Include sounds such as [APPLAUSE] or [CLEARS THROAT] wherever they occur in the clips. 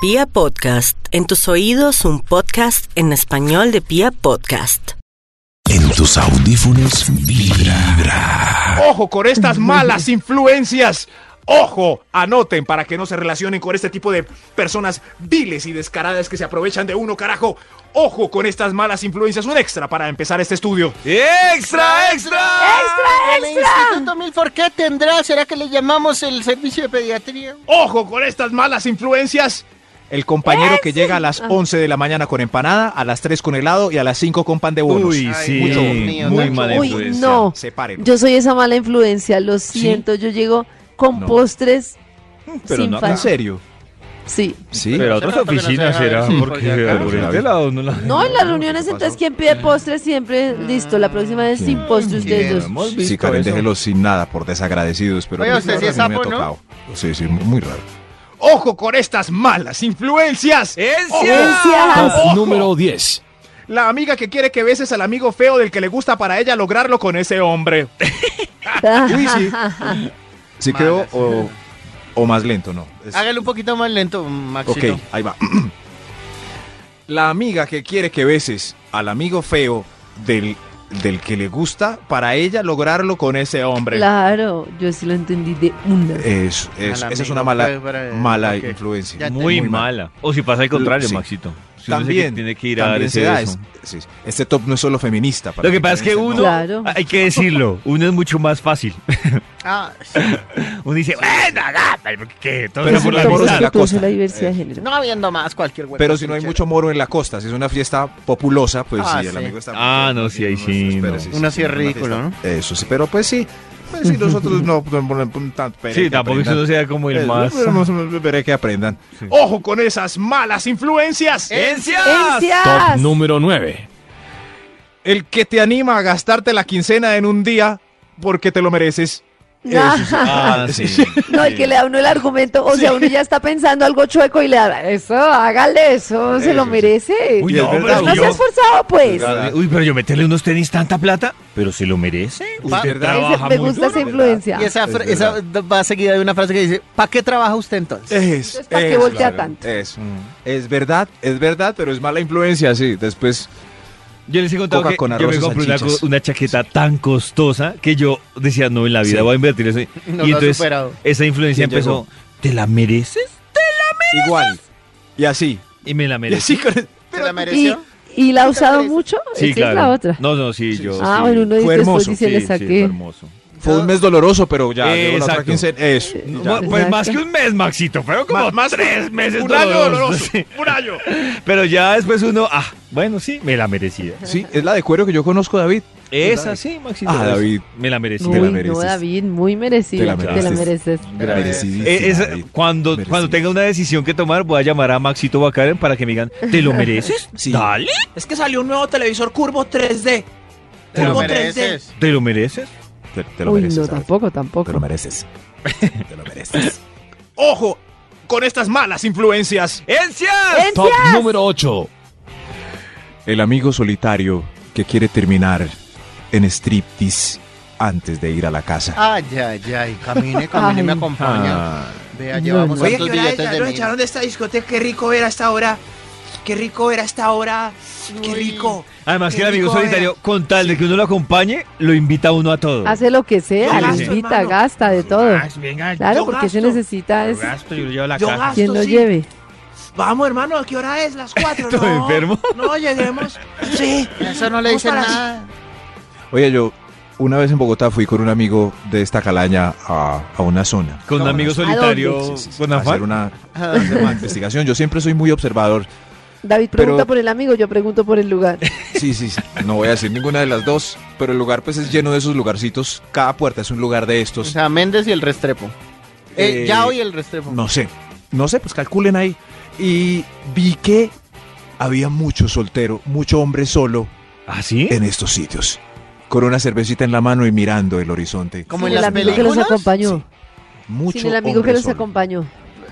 Pia Podcast, en tus oídos un podcast en español de Pia Podcast. En tus audífonos vibra. Ojo con estas malas influencias. Ojo, anoten para que no se relacionen con este tipo de personas viles y descaradas que se aprovechan de uno, carajo. Ojo con estas malas influencias. Un extra para empezar este estudio. ¡Extra, extra! El Instituto Milford, ¿qué tendrá? ¿Será que le llamamos el servicio de pediatría? Ojo con estas malas influencias. El compañero que llega a Ah. las 11 de la mañana con empanada, a las 3 con helado y a las 5 con pan de bonos. Uy, Ay, sí, mucho, mío, muy pues. Nacho. mala Uy, influencia. no. Sepárenlo. Yo soy esa mala influencia, lo siento. Yo llego con No. postres. pero sin no acá. falta. ¿En serio? Sí. Sí. Pero a Hace otras rato que no se oficinas graba será, eso, porque porque acá- por este lado no la... No, en las reuniones entonces quien pide postres siempre, listo. La próxima vez sin postre ustedes dos. Hemos visto Sí, Karen, eso. déjelos sin nada por desagradecidos, pero Oye, a mí usted sí ahora es me ha sapo, ¿no? tocado. Sí, sí, muy raro. ¡Ojo con estas malas influencias! Eh, Oh, Ciencias. Ojo. número 10. La amiga que quiere que beses al amigo feo del que le gusta para ella lograrlo con ese hombre. Ah. [LAUGHS] Uy, sí. ¿Sí quedó o, o más lento, no? Es- Hágale un poquito más lento, ok, Maxito. ahí va. [CLEARS THROAT] La amiga que quiere que beses al amigo feo del, del que le gusta para ella lograrlo con ese hombre. Claro, yo sí lo entendí de una. Es- es- esa Al es amigo una mala, feo para- mala ok. influencia. Ya Muy mala. O si pasa al contrario, Sí. Maxito. Si uno También, sé que tiene que ir a también darse se da. eso. es- es- este top no es solo feminista. para Lo que pasa es que Karen se uno, enoje. Claro. [LAUGHS] hay que decirlo, uno es mucho más fácil. [LAUGHS] Ah, sí. Uno dice, bueno, haga, pero ¿qué? Todo Pero por la por amistad, Todo se amistad. la produce costa. la diversidad de género. No habiendo más cualquier hueco. Pero si no hay mucho moro en la costa, si es una fiesta populosa, pues Ah, sí, el sí. amigo está. Ah, no, sí, ahí sí, espera, no. Uno sí es una ridículo, fiesta. Eso sí, pero pues sí. Pues sí, nosotros no. no, no, no, tan- pero Sí, que tampoco que aprendan. uno sea como el Eh, más... pero no, no, no, Veré que aprendan. Sí. Ojo con esas malas influencias. Top ¡Ciencias! número 9. El que te anima a gastarte la quincena en un día porque te lo [LAUGHS] mereces. Ah, sí. No, el que le da uno el argumento, o sea, uno ya está pensando algo chueco y le da, eso, hágale eso, se Eso lo sí. merece. Uy, Y es no, verdad, pero no se ha yo... esforzado, pues. [LAUGHS] Uy, pero yo meterle unos tenis tanta plata, pero se lo merece. Usted verdad. Ese- trabaja me muy gusta esa duro. influencia. Y esa, Es fra- verdad. Eh, esa va seguida de una frase que dice, ¿para qué trabaja usted entonces? Es, Entonces, ¿para qué es, voltea tanto? Es, es verdad, es verdad, pero es mala influencia, sí. Después, Yo les he contado Coca que con yo me arroz o compré una, salchichas. co- una chaqueta tan costosa que yo decía, no, en la vida Sí. voy a invertir eso. [LAUGHS] No y lo ha entonces superado. esa influencia ¿Quién empezó, llegó? ¿te la mereces? igual. Y así. Y me la Y merezco. así [LAUGHS] con- ¿Se la ¿Y, mereció? y la ha Sí, usado parece. mucho? Sí, Esa claro. es la otra. No, no, sí, yo. ah, sí. bueno, uno Fue dice hermoso, después dice, Sí, le sí, saqué. fue hermoso. Fue un mes doloroso, pero Eh, ya llegó la otra Exacto. quincena. Eso. y Eh, ya. no, Pues más Exacto. que un mes, Maxito. Fueron como Más- más- tres meses. un año doloroso, sí. un año. [LAUGHS] Pero ya después uno, ah, bueno, sí, me la merecía. Sí, es la de cuero que yo conozco, David. Esa sí, Maxito. Ah, esa. David. Me la merecía. Te la Uy, no, mereces. David, muy merecido. Te la Te la mereces. Merecidísima, Eh, es- David. cuando, Merecido. cuando tenga una decisión que tomar, voy a llamar a Maxito Bacaren para que me digan, ¿te lo mereces? [LAUGHS] Sí. Dale. Es que salió un nuevo televisor Curvo 3D. ¿Te lo Curvo mereces? ¿Te lo mereces? Te, te lo Uy, mereces. no, David. tampoco, tampoco. Te lo [LAUGHS] mereces. te lo mereces. Ojo con estas malas influencias. ¡Encias! Top número 8. El amigo solitario que quiere terminar en striptease antes de ir a la casa. Ay, ay, ay. Camine, camine, Ay. me acompaña. Ah, Vea, llevamos no. Oye, ¿qué tantos hora es? billetes ya de lo mí. echaron de esta discoteca. Qué rico era esta hora. Qué rico era esta hora. Qué Uy. rico. Además que Qué el amigo rico eh. era. solitario, con tal de que uno lo acompañe, lo invita a uno a todo. Hace lo que sea, Yo le gasto, invita, hermano. gasta, de todo. venga, Claro, yo porque se gasto, necesita es yo lo llevo a la Yo casa. gasto. quien lo sí. lleve. Vamos, hermano, ¿a qué hora es? Las [LAUGHS] 4. ¿Estoy no, enfermo? No, lleguemos. Sí. Eso no le Vamos dicen para- nada. Oye, yo una vez en Bogotá fui con un amigo de esta calaña a, a una zona. Con un amigo ¿A dónde? solitario, Sí, sí, sí, con a hacer afán. una, a hacer una investigación. Yo siempre soy muy observador. David pregunta Pero- por el amigo, yo pregunto por el lugar. Sí, sí, sí. No voy a decir ninguna de las dos, pero el lugar pues es lleno de esos lugarcitos. Cada puerta es un lugar de O estos. sea, Méndez y el Restrepo. Eh, Eh, ya hoy el Restrepo. No sé, no sé, pues calculen ahí. Y vi que había mucho soltero, mucho hombre solo ¿Ah, sí? en estos sitios. Con una cervecita en la mano y mirando el horizonte. Como Sin en el las amigo que películas. los acompañó. Mucho Sin el amigo hombre que los solo. acompañó.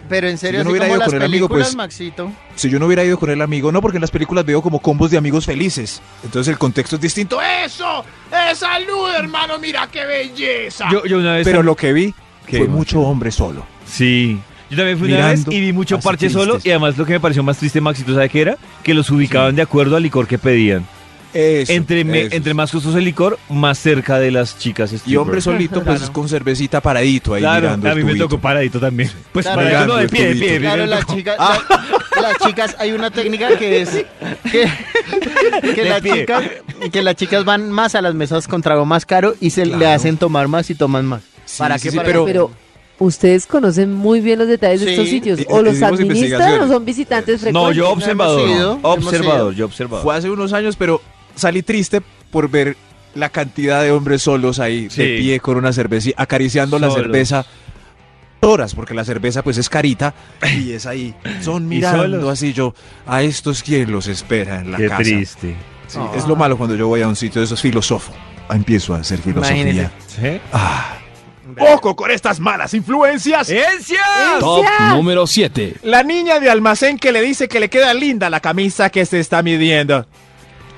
Pero en serio, yo no así hubiera como ido las con el amigo, películas, pues- Maxito. Si yo no hubiera ido con el amigo, no, porque en las películas veo como combos de amigos felices. Entonces el contexto es distinto. ¡Eso! ¡Es salud, hermano! ¡Mira qué belleza! Yo, yo una vez... Pero lo que vi Qué fue emoción. mucho hombre solo. Sí. Yo también fui una vez Mirando y vi mucho así parche solo. tristes. Y además lo que me pareció más triste, Maxito, ¿sabe qué era? Que los ubicaban de acuerdo al licor que pedían. Eso, entre, me- eso. entre más costoso el licor, más cerca de las chicas. Y stripper. hombre solito, pues Claro. con cervecita paradito ahí Claro, mirando a el mí me tubito. tocó paradito también. Pues Claro. paradito no, de Mirando pie, de el pie. de pie, Claro, me las tocó. chicas, la- las chicas, hay una técnica que es que, que De las pie. chicas, que las chicas van más a las mesas con trago más caro y se le hacen tomar más y toman más. Sí, ¿Para sí, qué? sí, Para- pero- Pero ustedes conocen muy bien los detalles de Sí. estos sitios. Eh, O los hicimos administran o investigaciones. son visitantes No, frecuentes. yo hemos observador. ido, hemos observador, ido. yo observador. Fue hace unos años, pero salí triste por ver la cantidad de hombres solos ahí, de Sí. pie, con una cerveza, y acariciando la Solos. cerveza horas, porque la cerveza pues es carita, y es ahí. Son mirando solos. así yo, a estos quién los espera en la Qué casa. triste. Sí, Es lo malo cuando yo voy a un sitio de esos filósofo. Empiezo a hacer filosofía. Imagínese. ¿Sí? Ah, Ojo con estas malas influencias. Top número 7. Eh, La niña de almacén que le dice que le queda linda la camisa que se está midiendo.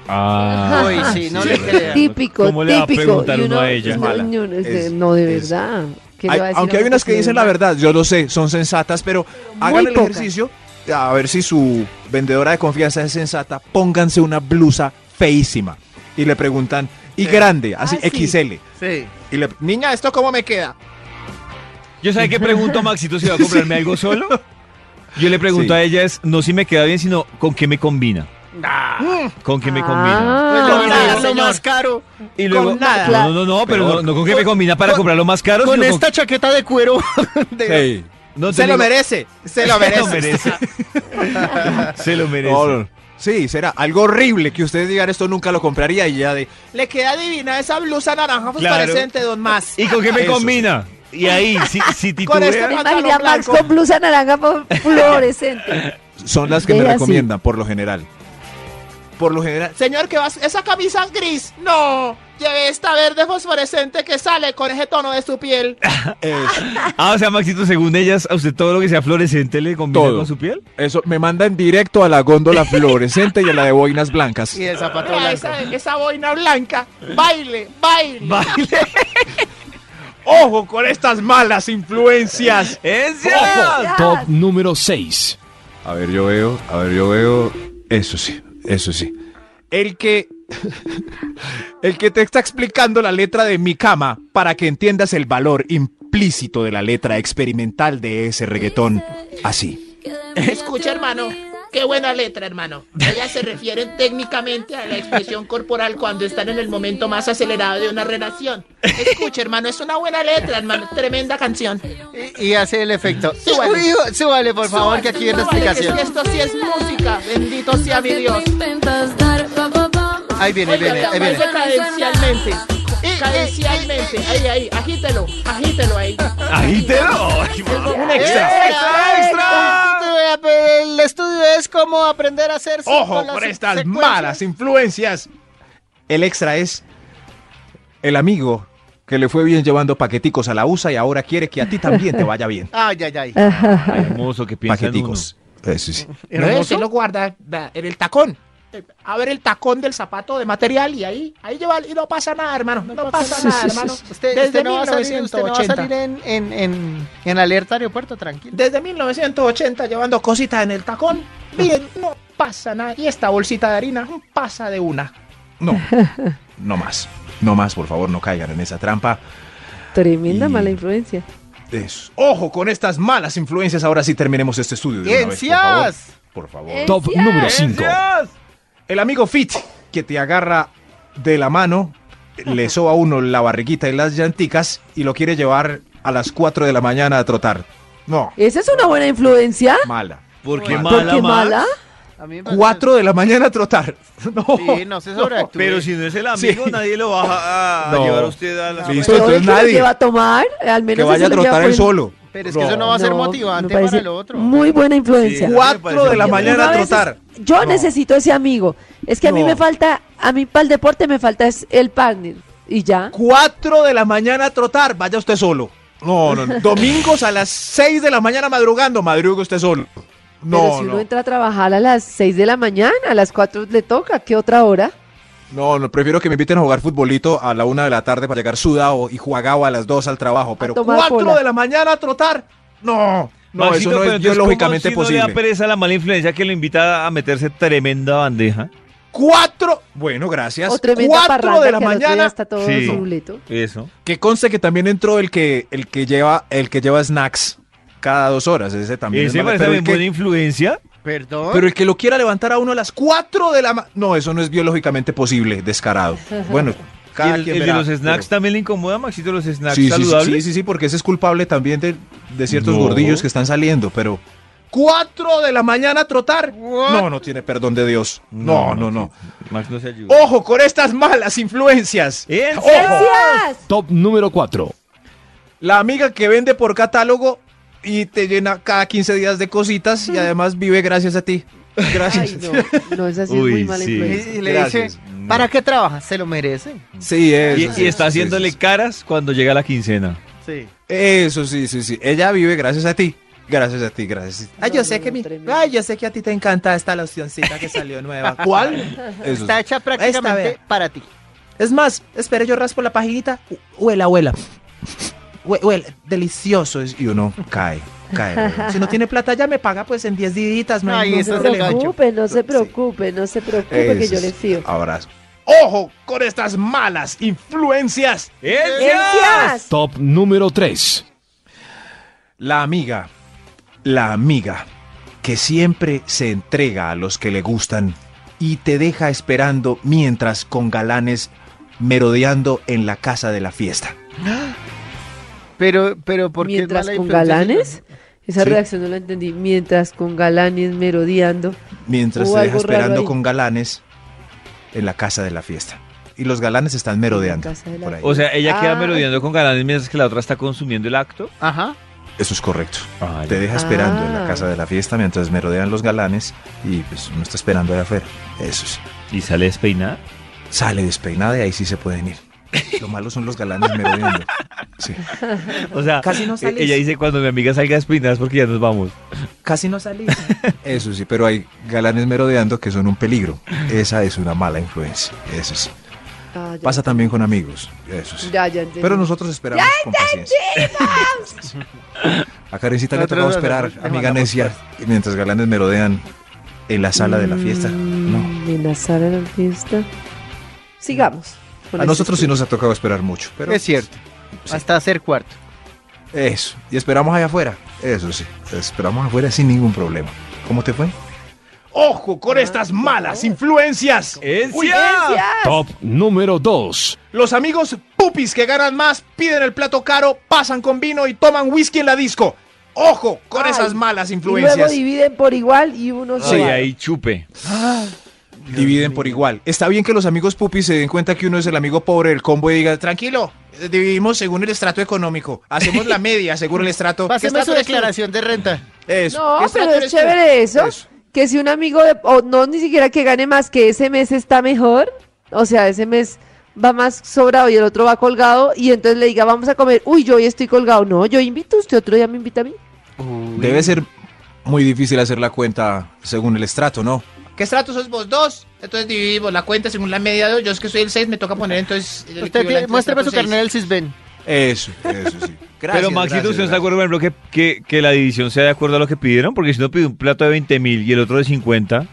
Ah, Uy, [LAUGHS] sí, no le crean. Típico, ¿Cómo le va a típico. preguntar Y uno a ella? no, Mala. no, no, es de- Es- no, de es- verdad. ¿Qué le hay- va a decir aunque a hay uno unas que no dicen es la verdad? verdad, yo lo sé, son sensatas, pero hagan el pocas. ejercicio a ver si su vendedora de confianza es sensata. Pónganse una blusa feísima y le preguntan, y grande, así Ah, sí. XL. Sí. Y le- Niña, ¿esto cómo me queda? Yo sabe que pregunto a Maxito si va a comprarme [LAUGHS] algo solo. Yo le pregunto Sí. a ella es no si me queda bien, sino con qué me combina. Con qué me combina. Ah, Pues lo claro. más- lo más caro. Y luego, con nada. No, no, no, pero no, no con qué me combina para con- comprar lo más caro. Con sino esta chaqueta de cuero. de- Sí. no te Se lo digo- merece, [LAUGHS] se lo merece. [LAUGHS] Se lo merece. Se lo merece. No, no. Sí, será algo horrible que ustedes digan esto nunca lo compraría y ya de Le queda divina esa blusa naranja Claro. fosforescente, don Más. ¿Y con qué me Eso. combina? Y ahí, si, [LAUGHS] si Con titubea- este Me pantalón imaginé a Max blanco. con blusa naranja fl- [LAUGHS] fluorescente. son las que me Deja así. recomiendan por lo general. Por lo general, Señor, ¿qué vas? Esa camisa es gris. No, lleve esta verde fosforescente que sale con ese tono de su piel. eso, Ah, o sea, Maxito, según ellas, a usted todo lo que sea fluorescente le combina Todo. con su [LAUGHS] piel. eso me mandan directo a la góndola fluorescente y a la de boinas blancas. Y el zapato Vea blanco. esa, esa boina blanca. Baile, baile. Baile. Ojo con estas malas influencias. ¡Es Top número 6. A ver, yo veo, a ver, yo veo. Eso sí, eso sí. El que. [LAUGHS] El que te está explicando la letra de mi cama para que entiendas el valor implícito de la letra experimental de ese reggaetón. Así. Escucha, hermano. Qué buena letra, hermano. Ellas se refieren técnicamente a la expresión corporal cuando están en el momento más acelerado de una relación. Escucha, hermano, es una buena letra, hermano. Tremenda canción. Y, y hace el efecto. Súbale. Uy, uy, Súbale, por favor, que aquí viene la Súbale, que explicación. es que esto sí es música. Bendito sea mi Dios. Ahí viene, ahí viene, ahí viene. Eh, Oiga, Cadencialmente. Cadencialmente. Ahí, ahí. Agítelo. Agítelo ahí. ¡Agítelo! Un extra. ¡Extra, extra! El estudio es cómo aprender a hacer Ojo con las por estas secuencias. malas influencias. El extra es. El amigo que le fue bien llevando paqueticos a la USA y ahora quiere que a ti también te vaya bien. Ay, ay, ay. Ay, hermoso, que [LAUGHS] piensa en uno. Paqueticos. Eso sí. No, se lo guarda da, en el tacón. Eh, A ver el tacón del zapato de material y ahí, ahí lleva y no pasa nada, hermano. No pasa nada, hermano. Usted, Desde usted no va a salir, usted no va a 1980. salir en, en, en, en alerta aeropuerto, tranquilo. Desde 1980 llevando cositas en el tacón. Miren, no pasa nada. Y esta bolsita de harina pasa de una. No. No más. No más, por favor, no caigan en esa trampa. Tremenda Y- mala influencia. Eso. Ojo con estas malas influencias. Ahora sí terminemos este estudio. De una vez, por favor. por favor. ¡Ciencias! Top número 5. El amigo Fit que te agarra de la mano, le soba a uno la barriguita y las llanticas y lo quiere llevar a las 4 de la mañana a trotar. No, ¿Esa es una buena influencia? mala. ¿Por qué Porque mala, ¿Por Max? qué mala? A mí me parece- 4 de la mañana a trotar. [LAUGHS] No. Sí, no se sobreactúe. Pero si no es el amigo, Sí. nadie lo va a, a No. llevar a usted a la... Listo, Pero el entonces que lo nadie. lleva a tomar, al Que menos vaya a eso lo lleva trotar por él el- solo. Pero es que eso no va a ser No, me motivante parece para el otro. Muy buena influencia. Sí. Yo- 4 de la yo- mañana yo a a veces- trotar. Yo No. necesito ese amigo. Es que a mí No. me falta, a mí para el deporte me falta es el partner. Y ya. 4 de la mañana a trotar, vaya usted solo. No, no, [LAUGHS] no. Domingos a las 6 de la mañana madrugando, madruga usted solo. Pero No, si uno no. entra a trabajar a las 6 de la mañana, a las 4 le toca, ¿qué otra hora? No, no, prefiero que me inviten a jugar futbolito a la una de la tarde para llegar sudado y jugado a las dos al trabajo, pero tomar cuatro pola. de la mañana a trotar. No, No, eso no pero es entonces, biológicamente ¿cómo si posible. No le da pereza la mala influencia que lo invita a meterse tremenda bandeja. Cuatro. Bueno, gracias. O Oh, tremenda cuatro parranda de la que al otro día mañana. está todo Sí. nubleto. Eso. Que conste que también entró el que, el que lleva, el que lleva snacks cada dos horas. Ese también. es Ese malo. parece pero, el también buena que, influencia. Perdón. pero el que lo quiera levantar a uno a las cuatro de la mañana. No, eso no es biológicamente posible, descarado. [LAUGHS] Bueno, Y cada el, quien el de verá, los snacks pero- también le incomoda, Maxito, los snacks Sí, sí, sí, saludables. Sí, sí, sí, porque ese es culpable también de, de ciertos No. gordillos que están saliendo, pero. ¿Cuatro de la mañana a trotar? No, no tiene perdón de Dios. No, no, no. Max no se ayuda. Ojo con estas malas influencias. ¿En Ojo. serio? ¡Gracias! Top número 4. La amiga que vende por catálogo y te llena cada 15 días de cositas y Mm. además vive gracias a ti. Gracias. Ay, no, no, esa sí es Uy, muy mala sí. Y, influencia. y le Gracias. dice, ¿para qué trabajas? Se lo merece. Sí, eso. Y, sí, y está sí, haciéndole sí, caras cuando llega la quincena. Sí. sí. Eso sí, sí, sí. Ella vive gracias a ti. Gracias a ti, gracias. Ay, No, yo sé no, que no, mi- tremendo. ay, yo sé que a ti te encanta esta locioncita que salió [LAUGHS] nueva. ¿Cuál? Eso. Está hecha prácticamente vea. para ti. Es más, espera, yo raspo la paginita. Hu- Huela, huela. Hue- Huela, delicioso. es- sí. Y uno cae, cae. [LAUGHS] güey. Si no tiene plata, ya me paga pues en 10 días. No Ay, hay eso No es se el gancho. preocupe, no se preocupe, no se preocupe que Eso yo sí. le fío. Abrazo. Ojo con estas malas influencias. ¡Gracias! Top número 3. La amiga, la amiga que siempre se entrega a los que le gustan y te deja esperando mientras con galanes merodeando en la casa de la fiesta. Pero, pero, ¿por qué es Mientras mala con influencia, galanes, señor? esa Sí. reacción no la entendí. Mientras con galanes merodeando. Mientras Hubo te deja algo raro esperando ahí. con galanes en la casa de la fiesta. Y los galanes están merodeando. En la casa de la por ahí. O sea, ella queda Ah. merodeando con galanes mientras que la otra está consumiendo el acto. Ajá. Eso es correcto. Ah, Te deja esperando en la Ah. casa de la fiesta mientras merodean los galanes y pues uno está esperando allá afuera. Eso sí. Y sale despeinada. Sale despeinada y ahí sí se pueden ir. Lo malo son los galanes merodeando. Sí. O sea, Casi no eh, sales. ella dice cuando mi amiga salga despeinada es porque ya nos vamos. Casi no salí. Eso sí, pero hay galanes merodeando que son un peligro. Esa es una mala influencia. Eso sí. Ah, ya. Pasa también con amigos. Eso sí. Ya, ya entendí. Pero nosotros esperamos con paciencia. A Karencita le ha Nosotros tocado esperar, nosotros te amiga mandamos necia, mientras galanes merodean en la sala de la fiesta. No. Mm, En la sala de la fiesta. Sigamos. con A este nosotros sí nos estudio. ha tocado esperar mucho, pero es cierto. Hasta hacer cuarto. eso. Y esperamos allá afuera. Eso sí. Esperamos afuera sin ningún problema. ¿Cómo te fue? Ojo con estas malas influencias. Uy, Ah, Top número 2. Los amigos pupis que ganan más piden el plato caro, pasan con vino y toman whisky en la disco. Ojo con Ay, esas malas Y luego influencias. dividen por igual y uno Sí, se va. ahí chupe. Dividen por igual. Está bien que los amigos pupis se den cuenta que uno es el amigo pobre del combo y diga, Tranquilo, eh, dividimos según el estrato económico. [LAUGHS] Hacemos la media según el estrato. ¿Qué Páseme estrato su eres tú? declaración de renta. eso. No, ¿Qué pero es trato eres tú? chévere eso, Eso. Que si un amigo, de- o no, ni siquiera que gane más, que ese mes está mejor, o sea, ese mes va más sobrado y el otro va colgado, y entonces le diga, vamos a comer, uy, yo hoy estoy colgado. No, yo invito, usted otro día me invita a mí. Debe ser muy difícil hacer la cuenta según el estrato, ¿no? [LAUGHS] ¿Qué estrato sos vos dos? Entonces dividimos la cuenta según la media de dos. Yo es que soy el 6, me toca poner entonces. Usted el equivalente tiene, al muéstrame su estrato carnet del Sisben. Eso, eso sí. [LAUGHS] Gracias, Pero Maxito, gracias, ¿usted no está de gracias. acuerdo, por ejemplo, que, que, que la división sea de acuerdo a lo que pidieron? Porque si no pide un plato de 20 mil y el otro de 50,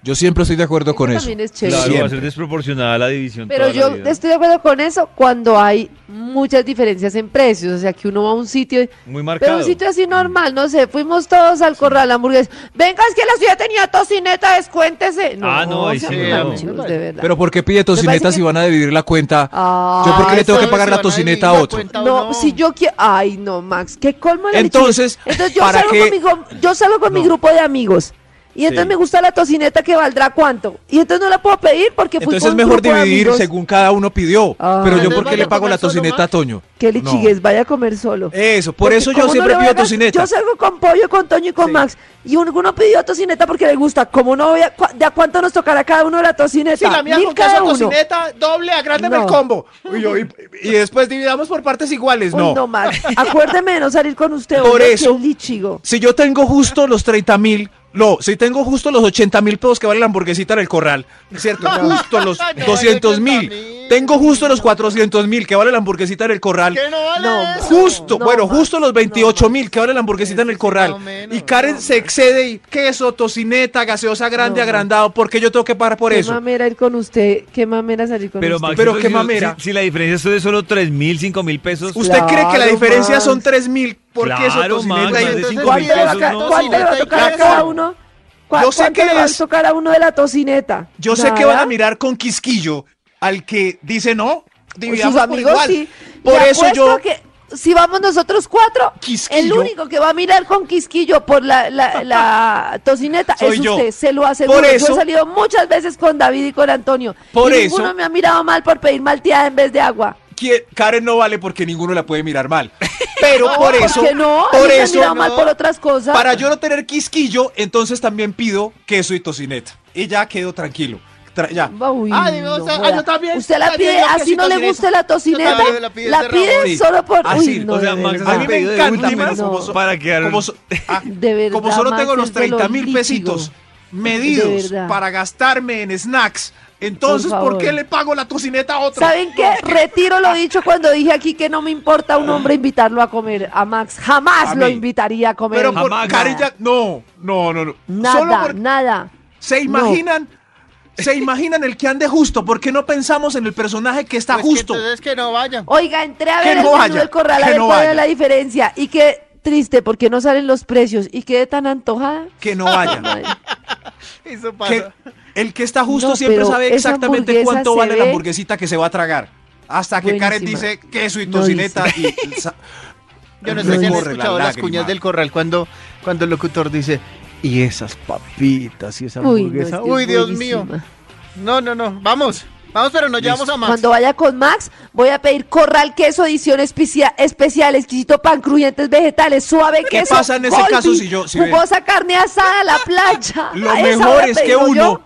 Yo siempre estoy de acuerdo con eso. también es chévere. claro, va a Siempre. ser desproporcionada la división. Pero toda la yo vida. estoy de acuerdo con eso cuando hay muchas diferencias en precios, o sea, que uno va a un sitio, y- Muy pero marcado. un sitio así normal, no sé, fuimos todos al corral hamburgués. Venga, es que la ciudad tenía tocineta, descuéntese. No, Ah, no, ahí sean sí, tan no. chivos, de verdad. Pero ¿por qué pide parece tocinetas que- si van a dividir la cuenta? Ah, ¿Yo por qué le tengo que Eso pagar se la van a dividir tocineta a la otro? cuenta o No, si yo quiero. Ay, no, Max, qué colmo la lechuga. Entonces, Entonces yo ¿para salgo qué? con, mi, gru- yo salgo con mi grupo de amigos. Y entonces me gusta la tocineta que valdrá cuánto. Y entonces no la puedo pedir porque fui Entonces con es un mejor grupo de dividir amigos. según cada uno pidió. Ah. Pero yo Entonces ¿por qué vaya le a pago comer la solo, tocineta Max. a Toño? Que le No. chigues, vaya a comer solo. Eso, por Porque eso ¿cómo yo no siempre le voy a pido dar- tocineta. Yo salgo con pollo, con Toño y con Max. Y uno pidió tocineta porque le gusta. ¿Cómo no voy a.? cua- ¿De a cuánto nos tocará cada uno la tocineta? Sí, la mía Mil con cada queso uno. cocineta, doble, agrándeme No. el combo. Y, yo- y- y después dividamos por partes iguales, Uy, [LAUGHS] no, Max. Acuérdeme de no salir con usted. Pues Por hombre, que eso- es lichigo. Si yo tengo justo los 30 mil, No, si tengo justo los 80 mil pesos que vale la hamburguesita en el corral, ¿cierto? Justo los No, 200 mil. 80.000. Tengo justo los 400 mil que vale la hamburguesita en el corral. ¿Qué no vale No, eso? Justo, No, bueno, Max, justo los no, 28 mil que vale la hamburguesita en el corral. no, menos, Y Karen se excede y queso, tocineta, gaseosa grande, No, Max. agrandado, porque yo tengo que pagar por qué eso. mamera ir con usted, qué mamera salir con Pero, usted. Maxito, Pero qué si- mamera. Si, si la diferencia es de solo 3 mil, 5 mil pesos. ¿Usted cree que la Claro, diferencia Max. son 3 mil por queso, Claro, tocineta Max, y más de entonces- cinco ¿Cuál mil le va a pesos, ca- no, cuál le va a señorita, tocar a ¿qué cada hago? uno? ¿Cuá- Yo sé ¿Cuánto que le va a es- tocar a uno de la tocineta? Yo sé que van a Nada. mirar con quisquillo al que dice no, dividamos Pues sus por amigos igual. sí. Por Le eso apuesto yo- que si vamos nosotros cuatro, Quisquillo. el único que va a mirar con quisquillo por la, la- [LAUGHS] la tocineta es Soy yo. usted, se lo aseguro. Por eso- yo he salido muchas veces con David y con Antonio. Por y eso- ninguno me ha mirado mal por pedir malteada en vez de agua. Qui- Karen no vale porque ninguno la puede mirar [LAUGHS] mal. Pero por ¿Por eso, qué no? A mí por me han eso, mirado mal por otras cosas. para yo no tener quisquillo, entonces también pido queso y tocineta. Y ya quedo tranquilo. Tra- ya. Uy, Ah, digo, o sea, ah, joda. yo también- Usted la también pide, yo así quesito no le tocineta. gusta la tocineta, también la la pide, pide de Ramón. Ah, Sí. solo por... Así, Uy, no, o sea, de Max verdad. A mí me pedido de encanta, últimas Max, como no. so- para quedar- como so- ah, [LAUGHS] De verdad, como solo Max, tengo los es de 30 mil líquido. pesitos medidos De verdad. para gastarme en snacks, entonces Por ¿por, favor. qué le pago la tocineta a otro? ¿Saben qué? Retiro lo dicho cuando dije aquí que no me importa a un hombre invitarlo a comer a Max. Jamás A lo mí. invitaría a comer. Pero por Jamás. Karen ya- no, no, no, no. Solo nada, por- nada. ¿Se imaginan? ¿Se imaginan el que ande justo? ¿Por qué no pensamos en el personaje que está Pues que justo? entonces que no vayan. Oiga, entré a Que ver no el menú vaya, del corral a que ver no cuál vaya. era la diferencia. Y qué triste, porque no salen los precios. Y quedé tan antojada. Que no [LAUGHS] vaya. Ay, Eso Que pasa. el que está justo No, siempre pero sabe esa exactamente hamburguesa cuánto se vale la ve hamburguesita que se va a tragar. Hasta que Karen buenísima. dice queso y No tocineta y [LAUGHS] sa- Yo no Me sé si han corre la escuchado las lágrima. cuñas del corral cuando, cuando el locutor dice, y esas papitas y esa Uy, no, hamburguesa. es que Uy, es Dios buenísima. mío. No, no, no. Vamos. Vamos, pero no llevamos a más. Cuando vaya con Max, voy a pedir corral queso, edición especia- especial, exquisito pan, crujientes vegetales, suave ¿Qué queso. pasa en ese Colby, caso si yo- si ve? jugosa carne asada [LAUGHS] a la plancha. Lo A esa mejor hora es que pedido uno, yo.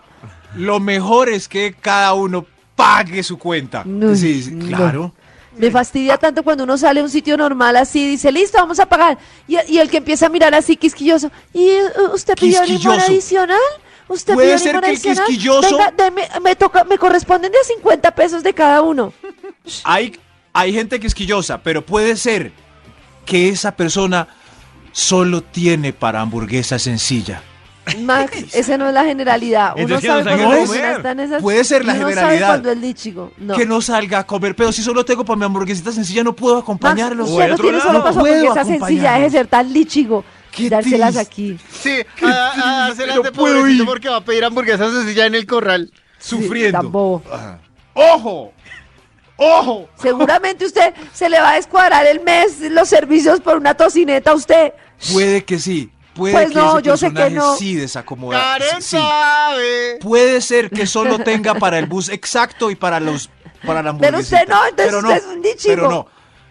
lo mejor es que cada uno pague su cuenta. No, Sí, sí, no. claro. Me fastidia tanto cuando uno sale a un sitio normal así, dice, listo, vamos a pagar. Y, y el que empieza a mirar así quisquilloso, ¿y eh, usted pidió limón Quisquilloso. adicional? ¿Usted Puede pidió ser limón que el adicional? quisquilloso- Venga, deme- me, toca, me corresponden de a 50 pesos de cada uno. Hay, hay gente quisquillosa, pero puede ser que esa persona solo tiene para hamburguesa sencilla. [LAUGHS] Max, esa no es la generalidad. Uno Entonces, ¿qué sabe nos cuando hagan las personas comer? están esas. Puede ser la y uno generalidad. sabe cuando es lichigo. No. Que no salga a comer, pero si solo tengo para mi hamburguesita sencilla no puedo Max, acompañarlos. usted no tiene solo para su No puedo hamburguesa sencilla, deje de acompañarlos. ser tan lichigo. Qué Dárselas triste. aquí. [LAUGHS] Sí, a, a dárselas no de puedo pobrecito ir. porque va a pedir hamburguesas sencilla en el corral. Sufriendo. Sí, tan bobo. ¡Ojo! ¡Ojo! Seguramente usted se le va a descuadrar el mes los servicios por una tocineta a usted. Puede que sí. Puede Pues que no, ese yo sé que personaje no. sí desacomoda. Karen Sí. sabe. Puede ser que solo tenga para el bus exacto y para los para la Pero usted hamburguesita. no, entonces usted es un lichigo. Pero no.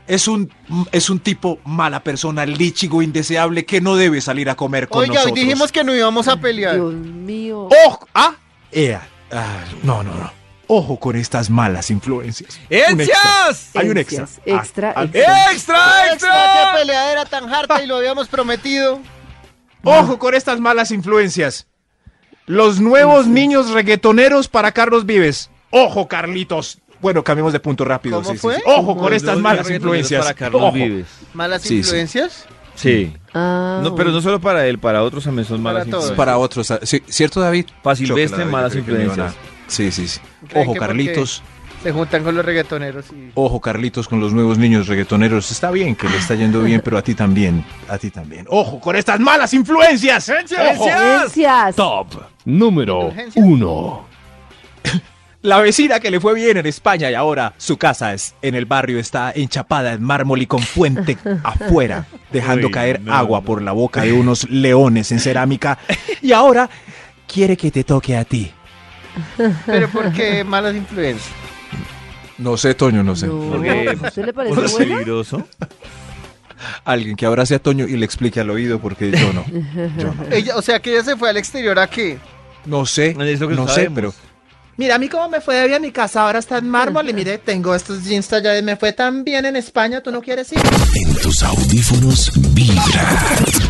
Es un es un tipo mala persona, lichigo indeseable que no debe salir a comer con Oiga, hoy nosotros. dijimos que no íbamos a pelear. Dios mío. ¡Oh! ¡Ojo! ¡Ah! ea, ah, no, no, no. Ojo con estas malas influencias. Un extra. ¡Extras! Hay un extra. Extras, extra, Ah, ah, extra. ¡Extra, Extra, qué extra! peleadera tan harta y lo habíamos prometido. Ojo con estas malas influencias. Los nuevos niños reggaetoneros para Carlos Vives. Ojo, Carlitos. Bueno, cambiemos de punto rápido. ¿Cómo sí, sí, fue? sí. Ojo con Los estas dos malas reggaetoneros influencias. Para Carlos Ojo. Vives. Malas Sí, sí. influencias. Sí. Ah, No, pero no solo para él, para otros también son Para malas todos. influencias. Para otros. ah, sí, ¿Cierto, David? Para Silvestre, Chócala, David, este, malas creo que me van a- influencias. Sí, sí, sí. ¿Creen Ojo, que por Carlitos. Se juntan con los reggaetoneros y Ojo, Carlitos, con los nuevos niños reggaetoneros. Está bien que le está yendo bien, pero a ti también. A ti también. Ojo con estas malas influencias. Ojo. Gracias. Top número Indulgencias. 1. La vecina que le fue bien en España y ahora su casa es, en el barrio está enchapada en mármol y con [LAUGHS] fuente afuera, dejando Uy, caer no, agua no. por la boca de unos leones en [LAUGHS] cerámica. Y ahora quiere que te toque a ti. Pero ¿por [LAUGHS] qué malas influencias? No sé, Toño, no sé. Porque- [LAUGHS] No, ¿a usted le ¿Por parece buena? peligroso? Alguien que abrace a Toño y le explique al oído porque yo no. Yo no. Ella- o sea que ella se fue al exterior a qué? No [LAUGHS] sé, Es lo que no sé, sabemos. pero Mira a mí cómo me fue de bien mi casa, ahora está en mármol y mire, tengo estos jeans tallados, me fue tan bien en España, ¿tú no quieres ir? En tus audífonos vibra.